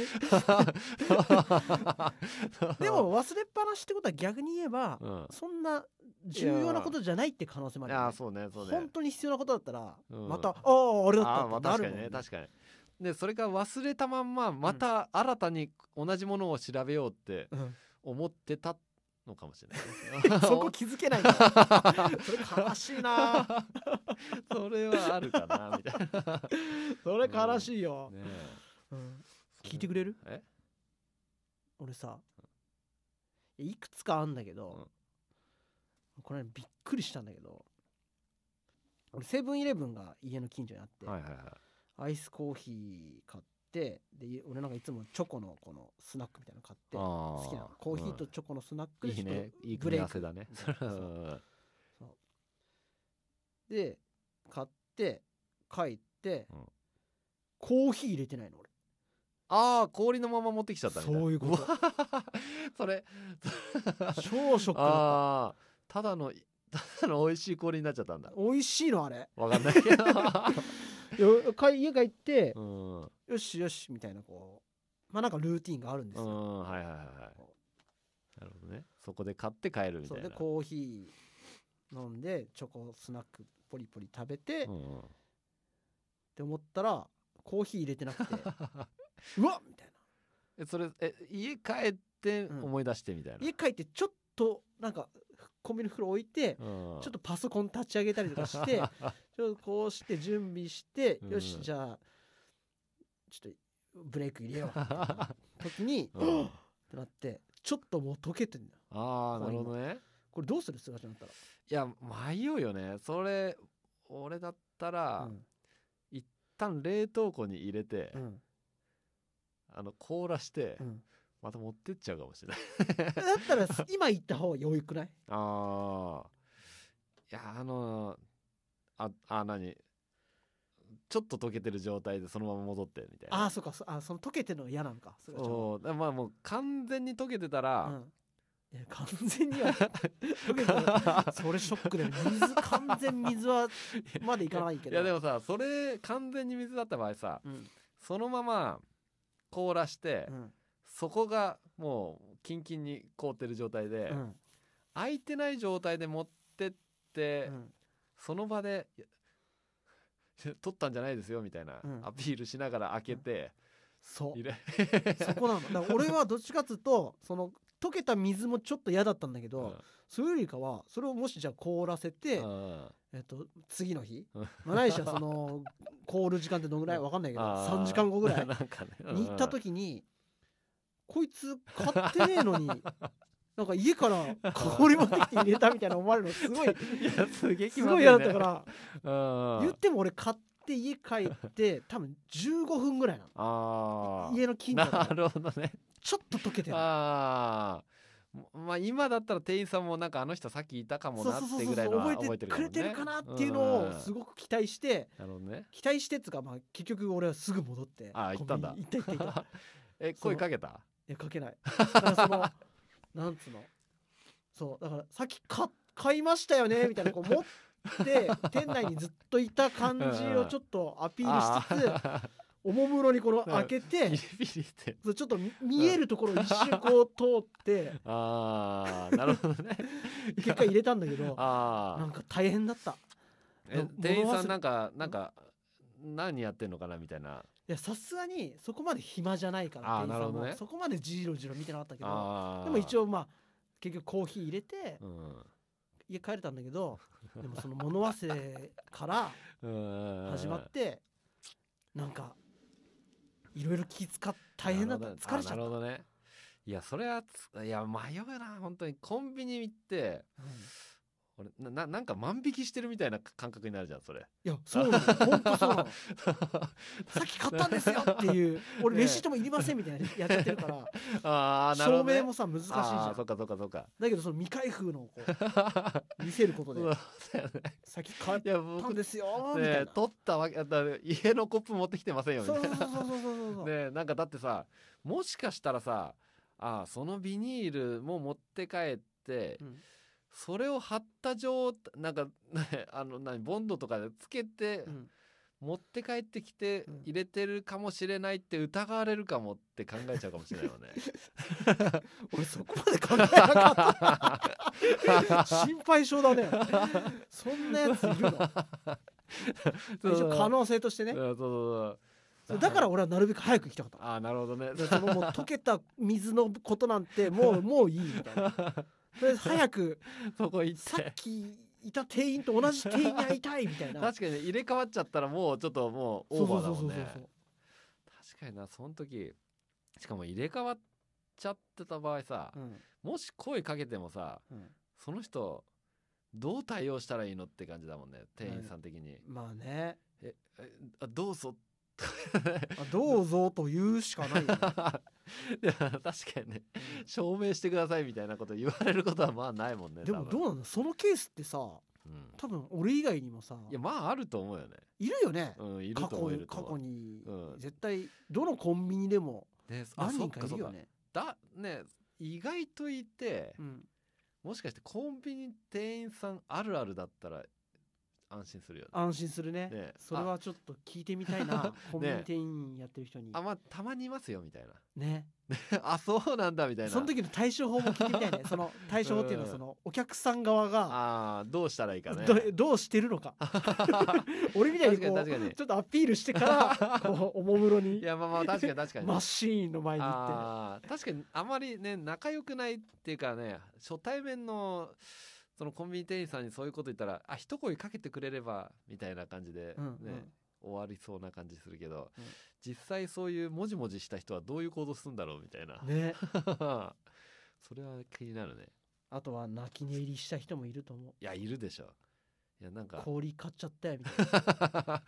S2: でも忘れっぱなしってことは逆に言えば、
S1: うん。
S2: そんな重要なことじゃないって可能性もあ
S1: い
S2: るよ
S1: や、
S2: ね、
S1: そうね、そうね。
S2: 本当に必要なことだったら、
S1: うん
S2: また「あああれだった」
S1: あ
S2: っ
S1: あ
S2: て
S1: まあ
S2: な
S1: 確
S2: る
S1: か
S2: もん
S1: に
S2: ね
S1: ね確かにでそれが忘れたまんままた新たに同じものを調べようって
S2: うん
S1: 思ってたのかもしれないですね
S2: そこ気づけないん だそれ悲しいな
S1: それはあるかなみたいな、ね
S2: それ悲しいよ、
S1: え
S2: うん 聞いてくれる
S1: え
S2: 俺さいくつかあんだけど、これびっくりしたんだけど俺セブンイレブンが家の近所にあって、
S1: はいはいはい
S2: アイスコーヒー買ってで俺なんかいつもチョコのこのスナックみたいなの買って好
S1: 好
S2: きなのコーヒーとチョコのスナックで
S1: いい
S2: ちょっと
S1: ねいい
S2: ブ
S1: 組み合
S2: レイ
S1: わせ
S2: ク
S1: だね
S2: みたいな
S1: それ
S2: そう
S1: は
S2: で買って帰って、
S1: うん
S2: コーヒー入れてないの俺
S1: ああ氷のまま持ってきちゃったみたいな
S2: そういうこと
S1: わ それ
S2: 超ショックだっ
S1: ああただのただの美味しい氷になっちゃったんだ
S2: た美味しいのあれ
S1: わかんないけ ど
S2: よか家帰って
S1: う、んうん
S2: よしよしみたいなこうまあなんかルーティンがあるんですよ、
S1: はいはいはいはいなるほどねそこで買って帰るみ
S2: そ
S1: た
S2: う
S1: い
S2: で
S1: な
S2: コーヒー飲んでチョコスナックポリポリ食べて、っ
S1: ん ん
S2: て思ったらコーヒー入れてなく てうわっみたいな
S1: えそれえ家帰って
S2: うん
S1: 思い出してみたいな、
S2: 家帰ってちょっとなんかコンビニの袋置いて、
S1: うん
S2: ちょっとパソコン立ち上げたりとかしてちょっとこうして準備して、
S1: うん、
S2: よしじゃあちょっとブレイク入れようみたいな時に
S1: うん
S2: っ、てなってちょっともう溶けてんだよ
S1: ああなるほどね
S2: これどうするすがちゃんだったら、
S1: いや迷うよねそれ俺だったら、
S2: うん
S1: 一旦冷凍庫に入れて、
S2: うん
S1: あの凍らして、
S2: うん
S1: また持ってっちゃうかもしれない
S2: だったら す今行った方が良いくない
S1: ああいやあのああ何ちょっと溶けてる状態でそのまま戻ってみたいな
S2: ああそうかそあその溶けてるのが嫌なんかすがちゃんは
S1: そうだまあもう完全に溶けてたら、
S2: うんいや完 全には溶けてるそれショックだよ水完全水はまでいかない
S1: い
S2: けど
S1: やでもさそれ完全に水だった場合さ
S2: うん
S1: そのまま凍らして、
S2: うん
S1: そこがもうキンキンに凍ってる状態で、
S2: うん
S1: 空いてない状態で持ってって、
S2: うん
S1: その場で いや「取ったんじゃないですよ」みたいな、
S2: うん
S1: アピールしながら開けて、
S2: そう
S1: 入れ
S2: そこなのだから俺はどっちかっつうとその溶けた水もちょっと嫌だったんだけど、それよりかはそれをもしじゃあ凍らせて、
S1: うん
S2: えっと、次の日、
S1: うん
S2: まあ、ないしはその凍る時間ってどのぐらいわかんないけ ど
S1: あー
S2: 3時間後ぐら い
S1: なんかね
S2: に行った時にこいつ買ってねえ のになんか家から氷持ってきて入れたみたいな思われるのすごい
S1: いやすげえ
S2: すごい嫌だったから
S1: ら、うん
S2: 言っても俺買って家帰って多分15分ぐらいな
S1: あ
S2: の
S1: ー
S2: 家の近所
S1: な
S2: で
S1: るほどね
S2: ちょっと溶けてる
S1: ああまあ今だったら店員さんもなんかあの人さっきいたかもなってぐらいのは
S2: 覚えて
S1: か
S2: く
S1: もね
S2: れてるかなっていうのをす
S1: ご
S2: ごく期待して
S1: なるほどね
S2: 期待してっつうかまあ結局俺はすぐ戻って
S1: あー行ったんだ
S2: コンビニ行った行った行った
S1: え
S2: そ
S1: 声
S2: の
S1: かけた
S2: いやかけないだからそ のなんつうのそうだからさっき買買いましたよねみたいなこう持って店内にずっといた感じをちょっとアピールしつつ
S1: あ
S2: おもむろにこの
S1: うん
S2: 開け
S1: ー
S2: て
S1: ビリビリって
S2: そうちょっと見見えるところを一周こう通って
S1: ああなるほど ね
S2: 結果入れたんだけ ど
S1: あ
S2: な
S1: あ
S2: んか大変だったい
S1: え
S2: の
S1: 店員
S2: 物
S1: さ
S2: 忘
S1: ん
S2: れ
S1: なんかなんか何やってんのかなみたいな
S2: やさすがにそこまで暇じゃないから
S1: あー
S2: 店員さ
S1: な
S2: ん
S1: るほど
S2: も
S1: ね
S2: そこまでじろじろ見てなかったけど
S1: ああ
S2: でも一応まあ結局コーヒー入れて
S1: うん
S2: 家帰れたんだけどでもその物忘れから
S1: うん
S2: 始まってなんかいろいろ気使っ大変だった
S1: なるほ
S2: 疲
S1: ど
S2: れちゃ
S1: あな
S2: った
S1: るほどねいやそれはついや迷うな本当にコンビニ行って
S2: うん
S1: 俺なななんか万引きしてるみたいな感覚になるじゃんそれ
S2: いやそうなの本当そうなのさっき買ったんですよっていう俺
S1: ねえ
S2: レシートもいりませんみたいなやっちゃってるから
S1: ああなるほど、
S2: 証
S1: ね、
S2: 明もさ難しいじ
S1: あ
S2: ゃ
S1: ー
S2: ん
S1: そっかそっかそっか
S2: だけどその未開封のをこう見せ ることで
S1: そうだよね
S2: さっき買っ
S1: いや
S2: た
S1: 僕
S2: ん
S1: ね
S2: ですよみたいな
S1: 取ったわけだから家のコップ持ってきてませんよみ
S2: そう
S1: た
S2: そう
S1: いな
S2: そうそうそうそ う
S1: ねなんかだってさもしかしたらさあーそのビニールも持って帰って、
S2: うん
S1: それを貼った状態なんか、ね、あの何ボンドとかでつけて、
S2: うん
S1: 持って帰ってきて
S2: うん
S1: 入れてるかもしれないって疑われるかもって考えちゃうかもしれないよね。
S2: 俺そ こまで考えなかった心配性だねそんなやついるの
S1: そう
S2: 一応可能性としてね
S1: うんそうそう
S2: そうだから俺はなるべく早く行きたかった
S1: ああなるほどね
S2: でそのもう溶けた水のことなんて もうもういいみたいなとりあえず早く
S1: そこ行っ
S2: さ
S1: て
S2: っきいた店員と同じ店員に会いたいみたいな
S1: 確かにね入れ替わっちゃったらもうちょっともう
S2: そ
S1: オー
S2: うそ
S1: バ
S2: う
S1: ーだ
S2: そう
S1: も
S2: そ
S1: ん
S2: う
S1: ね確かになその時しかも入れ替わっちゃってた場合さ、
S2: そう、うん
S1: もし声かけてもさ
S2: うん
S1: その人どう対応したらいいのって感じだもんね店員さん的に、
S2: まあね
S1: えあどうぞ
S2: あどうぞと言うしかないよね、
S1: いや確かにね証明してくださいみたいなこと言われることはまあないもん
S2: う
S1: ね
S2: んでも
S1: 多分
S2: どうなのそのケースってさ
S1: うん
S2: 多分俺以外にもさ
S1: いやまああると思うよね、
S2: いるよね、
S1: うん、いる
S2: 過
S1: と思
S2: 去
S1: ういると
S2: 過
S1: 思う
S2: 去に、
S1: うん
S2: 絶対どのコンビニでも
S1: ねあ
S2: 何人かい
S1: そ
S2: る
S1: っそ
S2: よ
S1: っか
S2: ね
S1: だね意外といて、
S2: うん
S1: もしかしてコンビニ店員さんあるあるだったら安心するよね。
S2: 安心するね
S1: ねえ
S2: それはちょっと聞いてみた いなコンビニ店員やってる人に
S1: あまあたまにいますよみたいな。
S2: ね
S1: あそうなんだみたいな。
S2: その時の対処法も聞いてみた いねその対処法っていうのは
S1: うん
S2: そのお客さん側が
S1: ああどうしたらいいかね。
S2: どどうしてる のか俺みたいにこ
S1: 確かに確か
S2: う
S1: に
S2: ちょっとアピールしてから こうおもむろ
S1: い
S2: に
S1: やまあまあ確かに確かに。
S2: マシーンの前に行っ
S1: あー確かにあまりね仲良くないっていうかね初対面のそのコンビニ店員さんにそういうこと言ったらあ一声かけてくれればみたいな感じで、ね
S2: て、うん
S1: 終わりそうな感じするけど、
S2: うん
S1: 実際そういうもじもじした人はどういう行動するんだろうみたいな
S2: うん、ね
S1: それは気になるね
S2: あとは泣き寝入りした人もいると思う
S1: いやいるでしょいやなんか
S2: 氷買っちゃったよみたい ない
S1: や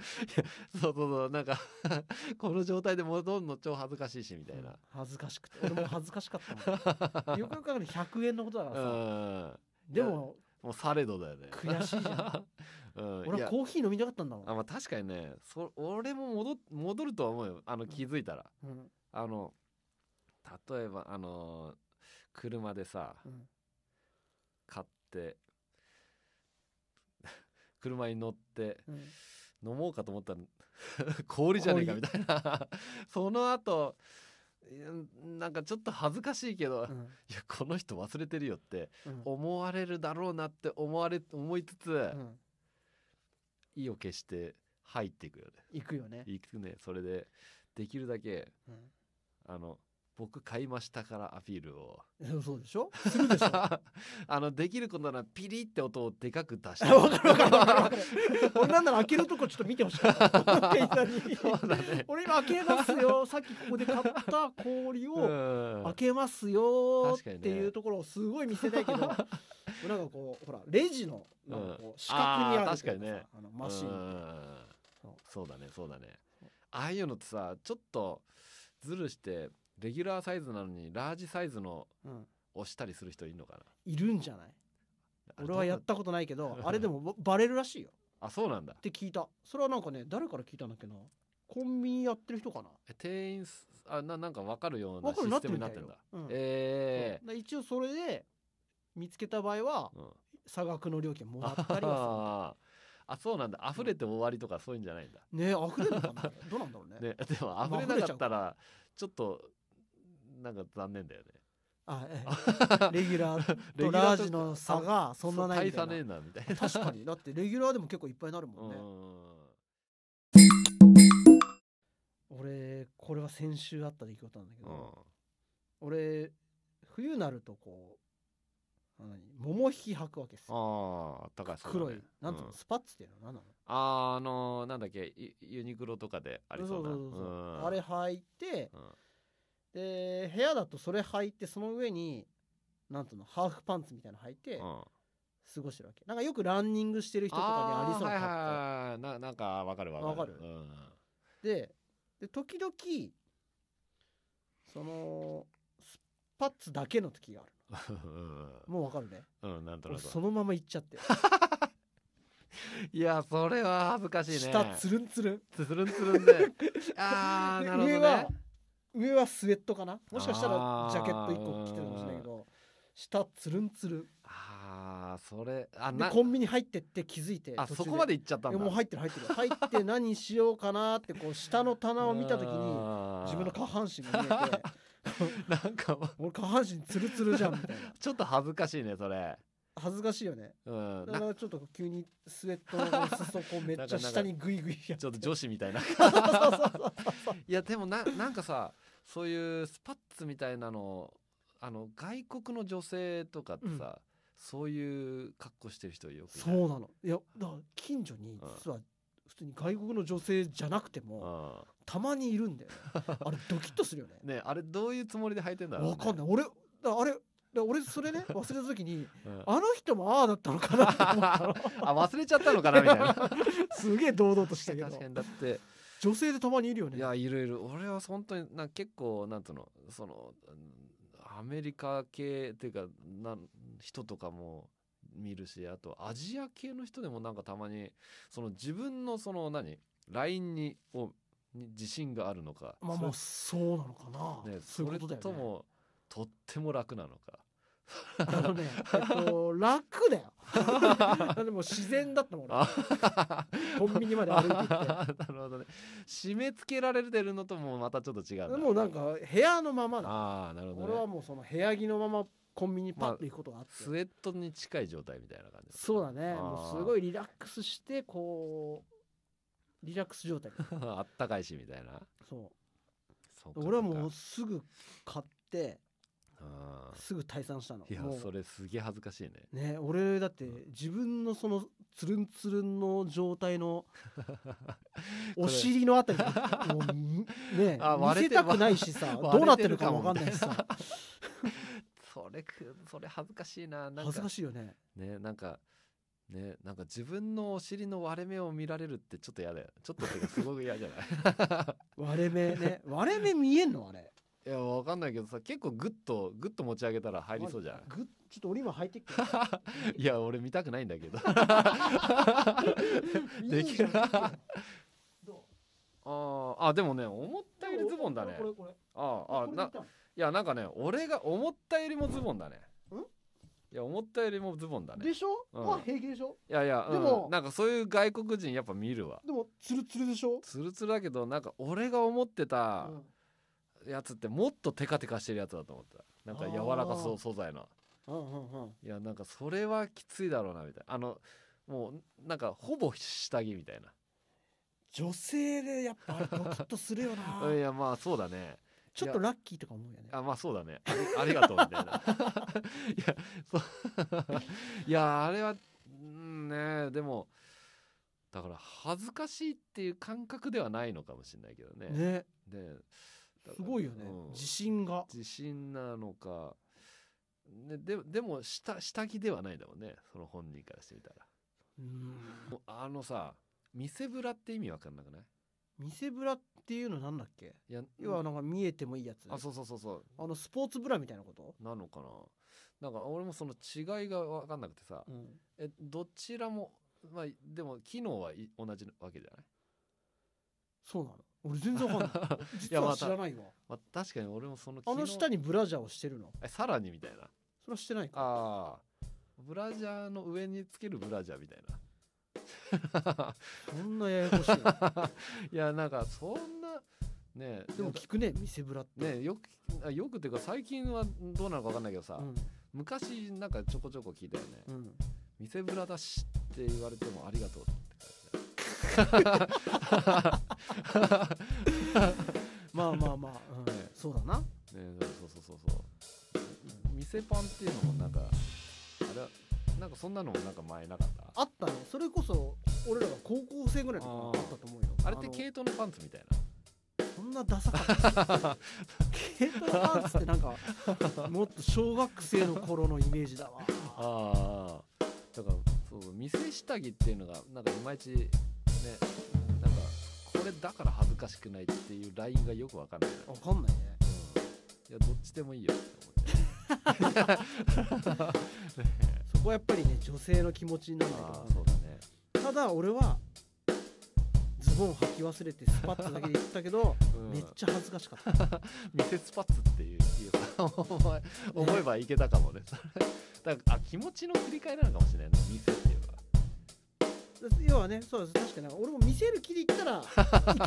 S1: そうそうそうなんか この状態で戻るの超恥ずかしいしみたいな、
S2: 恥ずかしくて俺も恥ずかしか ったもんよくよく考えたら100円のことだから
S1: う
S2: さ、
S1: ん
S2: でも
S1: もうされどだよね
S2: 悔しいじゃん
S1: うんい
S2: 俺
S1: や
S2: はコーヒー飲みたかったんだもん
S1: あまあ確かにねそ俺も戻っ戻るとは思うよあの気づいたら、
S2: うん
S1: あの例えばあの車でさ
S2: うん
S1: 買って 車に乗って
S2: うん
S1: 飲もうかと思ったら 氷じゃねえかみたいな その後いやなんかちょっと恥ずかしいけど、
S2: う
S1: い
S2: ん
S1: やこの人忘れてるよって
S2: うん
S1: 思われるだろうなって思われ思いつつ、
S2: うん
S1: 意を決して入っていくよね
S2: 行くよね、
S1: 行くねそれでできるだけ
S2: うん
S1: あの僕買いましたからアピールを
S2: そうそうでしょするでしょ
S1: あのできることならピリって音をでかく出して
S2: わかるわかるわかるわかる俺なんなら開けるとこちょっと見てほしかった店員さんに
S1: そうだ ね
S2: 俺今開けますよさっきここで買った氷を、
S1: うん
S2: 開けますよ
S1: 確か
S2: ーっ
S1: にね
S2: ていうところをすごい見せた いけど、なんかこうほらレジのなんかこう四角にある
S1: あー確かにね
S2: というさあのマシン
S1: うんう
S2: っ
S1: ん
S2: て
S1: うん
S2: そう
S1: そうだねそうだねああいうのってさちょっとずるしてレギュラーサイズなのにラージサイズの
S2: うん
S1: 押したりする人いるのか
S2: いるんじゃない
S1: な
S2: 俺はや
S1: あ
S2: っ
S1: どう
S2: たことないけどあれでもばバレるらしいよ
S1: あそうなんだ
S2: って聞いたそれはなんかね誰から聞いたんだっけなコンビニやってる人かな
S1: え店員すあななんか分かるような
S2: 分かるよう
S1: シ
S2: にな
S1: ス
S2: って
S1: テ
S2: る
S1: ム
S2: み
S1: になってんだ
S2: たいようん
S1: え
S2: そうだ一応それで見つけた場合は
S1: えーうん
S2: 差額の料金もらったりは
S1: ああそうなんだ溢れて終わりとかそういうんじゃないんだ、
S2: するねえ溢れるのかなどうなんだろうね
S1: ね、でも溢れなかったらちょっとなんか残念だよね
S2: あえ えレギュラーとラージの差がそんなないみた
S1: そ
S2: い
S1: 大差ねえ
S2: うな
S1: なみたいな
S2: 確 かにだってレギュラーでも結構いっぱいになるもんね
S1: う
S2: 俺これは先週あった出来事なんだけど、
S1: ん
S2: 俺冬になるとこうあ何桃引き履くわけですよ
S1: ああ高橋
S2: 黒い、なんつうの、
S1: うん
S2: スパッツっていうの何なの
S1: あーあのーなんだっけユユニクロとかでありそうな
S2: そうそうそうそう
S1: うん
S2: あれ履いて
S1: うん
S2: で部屋だとそれ履いてその上になんつうのハーフパンツみたいなの履い
S1: う
S2: て
S1: ん
S2: 過ごしてるわけなんかよくランニングしてる人とか
S1: あー
S2: にありそう
S1: は
S2: な
S1: は
S2: い
S1: い
S2: 格好、
S1: はいはいななんかわかるわかる
S2: わかる
S1: うん
S2: でで時々そのスパッツだけの時があるもうわかるね
S1: うんうんなんとな
S2: 俺
S1: く
S2: そのまま行っち ゃって
S1: いやそれは恥ずかしいね
S2: 下つるんつるん
S1: つるんつるんで ああ
S2: で
S1: なるほど
S2: 上
S1: ね
S2: は上はスウェットかなもしかしたら
S1: あー
S2: ジャケット1個着てるかもしれないけど下つるんつる
S1: ああそれあ
S2: んで
S1: な
S2: コンビニ入ってって気づいて
S1: あ
S2: 途中
S1: そこまで行っちゃったん
S2: いや
S1: だ
S2: もう入ってる入ってる入って何しようかなってこう下の棚を見た時に
S1: あー
S2: 自分の下半身が見 えて
S1: なんかもう
S2: 俺下半身つるつるじゃんみたいな
S1: ちょっと恥ずかしいねそれ
S2: 恥ずかしいよね
S1: うん、
S2: だ
S1: な
S2: からちょっと急にスウェットの裾こうめっちゃ下にグイグイやっ
S1: ちょっと女子みたいないやでもななんかさそういうスパッツみたいなのあの外国の女性とかってさ、そういう格好してる人よくい
S2: そうなのいやだから近所に実は普通に外国の女性じゃなくても
S1: の、
S2: たまにいるん だよねあれドキッとするよね
S1: うん、ねあれどういうつもりで履いてんだろう、ね、
S2: わかんない俺だからあれだから俺それね忘れた時に
S1: うん、
S2: あの人もああだったのかなって思ったの
S1: あ忘れちゃったのかなみたい な
S2: すげえ堂々としたけど
S1: 確かにだって
S2: 女性でたまにいるよ
S1: い
S2: ね
S1: やいろいろ俺は本当になんか結構なんつうのそのうんアメリカ系っていうかなん人とかも見るしあとアジア系の人でもなんかたまにその自分のその何ラインにをに自信があるのか
S2: まあまあそうなのか
S1: そ
S2: な
S1: れね
S2: そういうことだ
S1: それと
S2: よね
S1: もとっても楽なのか
S2: あのねえっと楽だ よでも自然だったもん俺
S1: あ
S2: コンビニまで歩いて行っ て
S1: なるほどね締め付けられてるのともまたちょっと違 う
S2: でもなんか部屋のままだ
S1: ああーなるほど、ね、
S2: 俺はもうその部屋着のままコンビニパッと行くことがあって、
S1: スウェットに近い状態みたいな感じ
S2: そうだね
S1: あー
S2: もうすごいリラックスしてこうリラック ス状態
S1: あったかいしみたいな。
S2: そ
S1: そう
S2: う
S1: か
S2: 俺は
S1: そ
S2: も
S1: う
S2: う
S1: か
S2: すぐ買って
S1: あ
S2: すぐ退散したの
S1: ーいや
S2: もう
S1: それすげえ恥ずかしいね。
S2: ね俺だって自分のそのつるんつるんの状 態のお尻のあたりもうね
S1: あ
S2: 見
S1: 割れ
S2: せ
S1: て
S2: たくないしさ
S1: 割れてる
S2: どうなってるかも分かんないしさ
S1: それくそれ恥ずかしいな。なん
S2: 恥ず
S1: か
S2: かしいよね
S1: ねなんかねなんか自分のお尻の割れ目を見られるってちょっと嫌だよ。ちょっとっていうかすごく嫌じゃない。
S2: 割れ目ね割れ目見えんのあれ
S1: いやわかんないけどさ結構グッとグッと持ち上げたら入りそうじゃない。
S2: ぐちょっと俺今履いてっけ
S1: いや俺見たくないんだけど。
S2: いいじゃん
S1: できる
S2: いいじゃんど
S1: あーあでもね思っ
S2: う
S1: たよりズボンだね
S2: こ。れこれこ
S1: あー
S2: れ
S1: あ
S2: これ
S1: ない
S2: たの
S1: やなんかね俺が思ったよりもズボンだね
S2: ん
S1: いや思ったよりもズボンだね
S2: でしょ
S1: うん
S2: まあ平気でしょ
S1: いやいや
S2: でも
S1: うんなんかそういう外国人やっぱ見るわ
S2: でもツルツルでしょ
S1: ツルツルだけどなんか俺が思ってた
S2: うん
S1: やつってもっとテカテカしてるやつだと思ったなんか柔らかそ
S2: あー
S1: う素材の
S2: うんうんうん
S1: いやなんかそれはきついだろうなみたいなあのもうなんかほぼ下着みたい
S2: 女性でやっぱあれドキッとするよな
S1: ないやまあそうだね
S2: ちょっとラッキーとか思うよね
S1: あまあそうだねありありがとうみ たいないやそう いやあれはうんねでもだから恥ずかしいっていう感覚ではないのかもしれないけどね
S2: ね
S1: でだから
S2: すごいよね
S1: うん
S2: 自信が
S1: 自信なのか、ね、ででも下下着ではないんだもんねその本人からしてみたら
S2: うん
S1: もうあのさ見せぶらって意味わかんなくない
S2: 見せブラっていうのなんだっけ
S1: いや
S2: 要はなんか見えてもいいやつ
S1: あそうそうそうそう
S2: あのスポーツブラみたいなこと
S1: なのかななんか俺もその違いがわかんなくてさ、
S2: うん
S1: えどちらもまあでも機能はい同じわけじゃない、
S2: そうなの俺全然わか んない実
S1: やま
S2: は
S1: た
S2: 知らないわ
S1: まあ、確かに俺もその機
S2: あ
S1: 能
S2: の下にブラジャーをしてるの
S1: えさらにみたいな
S2: それはしてないか
S1: あーブラジャーの上につけるブラジャーみたいな
S2: そんなややこ しいの
S1: いやなんかそんなねえ
S2: でも聞くね見せブラって
S1: ねえよくあよくっていうか最近はどうなのか分かんないけどさ、
S2: うん
S1: 昔なんかちょこちょこ聞いたよね
S2: うん
S1: 「見せぶらだし」って言われてもありがとうって感
S2: まあまあまあうん
S1: ね
S2: そうだな
S1: じねえそうそうそうそう見せパンっていうのもなんかあれはなんかそんなのもなんか前なかった
S2: あったのそれこそ俺らが高校生ぐらいの
S1: あー
S2: 時あったと思うよ
S1: あれって
S2: の
S1: 系統のパンツみたい
S2: そんなダサかったケートパンツってなんかもっと小学生の頃のイメージだわ
S1: なああだからそう店下着っていうのがなんかいまいちねなんかこれだから恥ずかしくないっていうラインがよくわかんないな、
S2: わかんないね
S1: いやどっちでもいいよって
S2: そこはやっぱりね女性の気持ちになら
S1: 思
S2: ない
S1: って
S2: と
S1: あ
S2: 思
S1: あそうだね
S2: うただ俺はズボン履き忘れてスパッツだけで行ったけど、
S1: うん
S2: めっちゃ恥ずかしかった
S1: ミセスパッツっていう言えば思え 思えばいけたかもねそ れだからあ気持ちの振り替えなのかもしれないねミセっていうのは
S2: 要はねそうです確かになんか俺も見せる気で行ったらい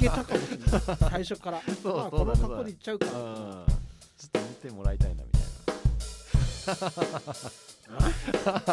S2: けたかもしれない最初から
S1: う
S2: まあ、
S1: そ
S2: こ
S1: うだ
S2: の
S1: ね
S2: 格好で行っちゃうから
S1: うんちょっと見てもらいたいなみたいな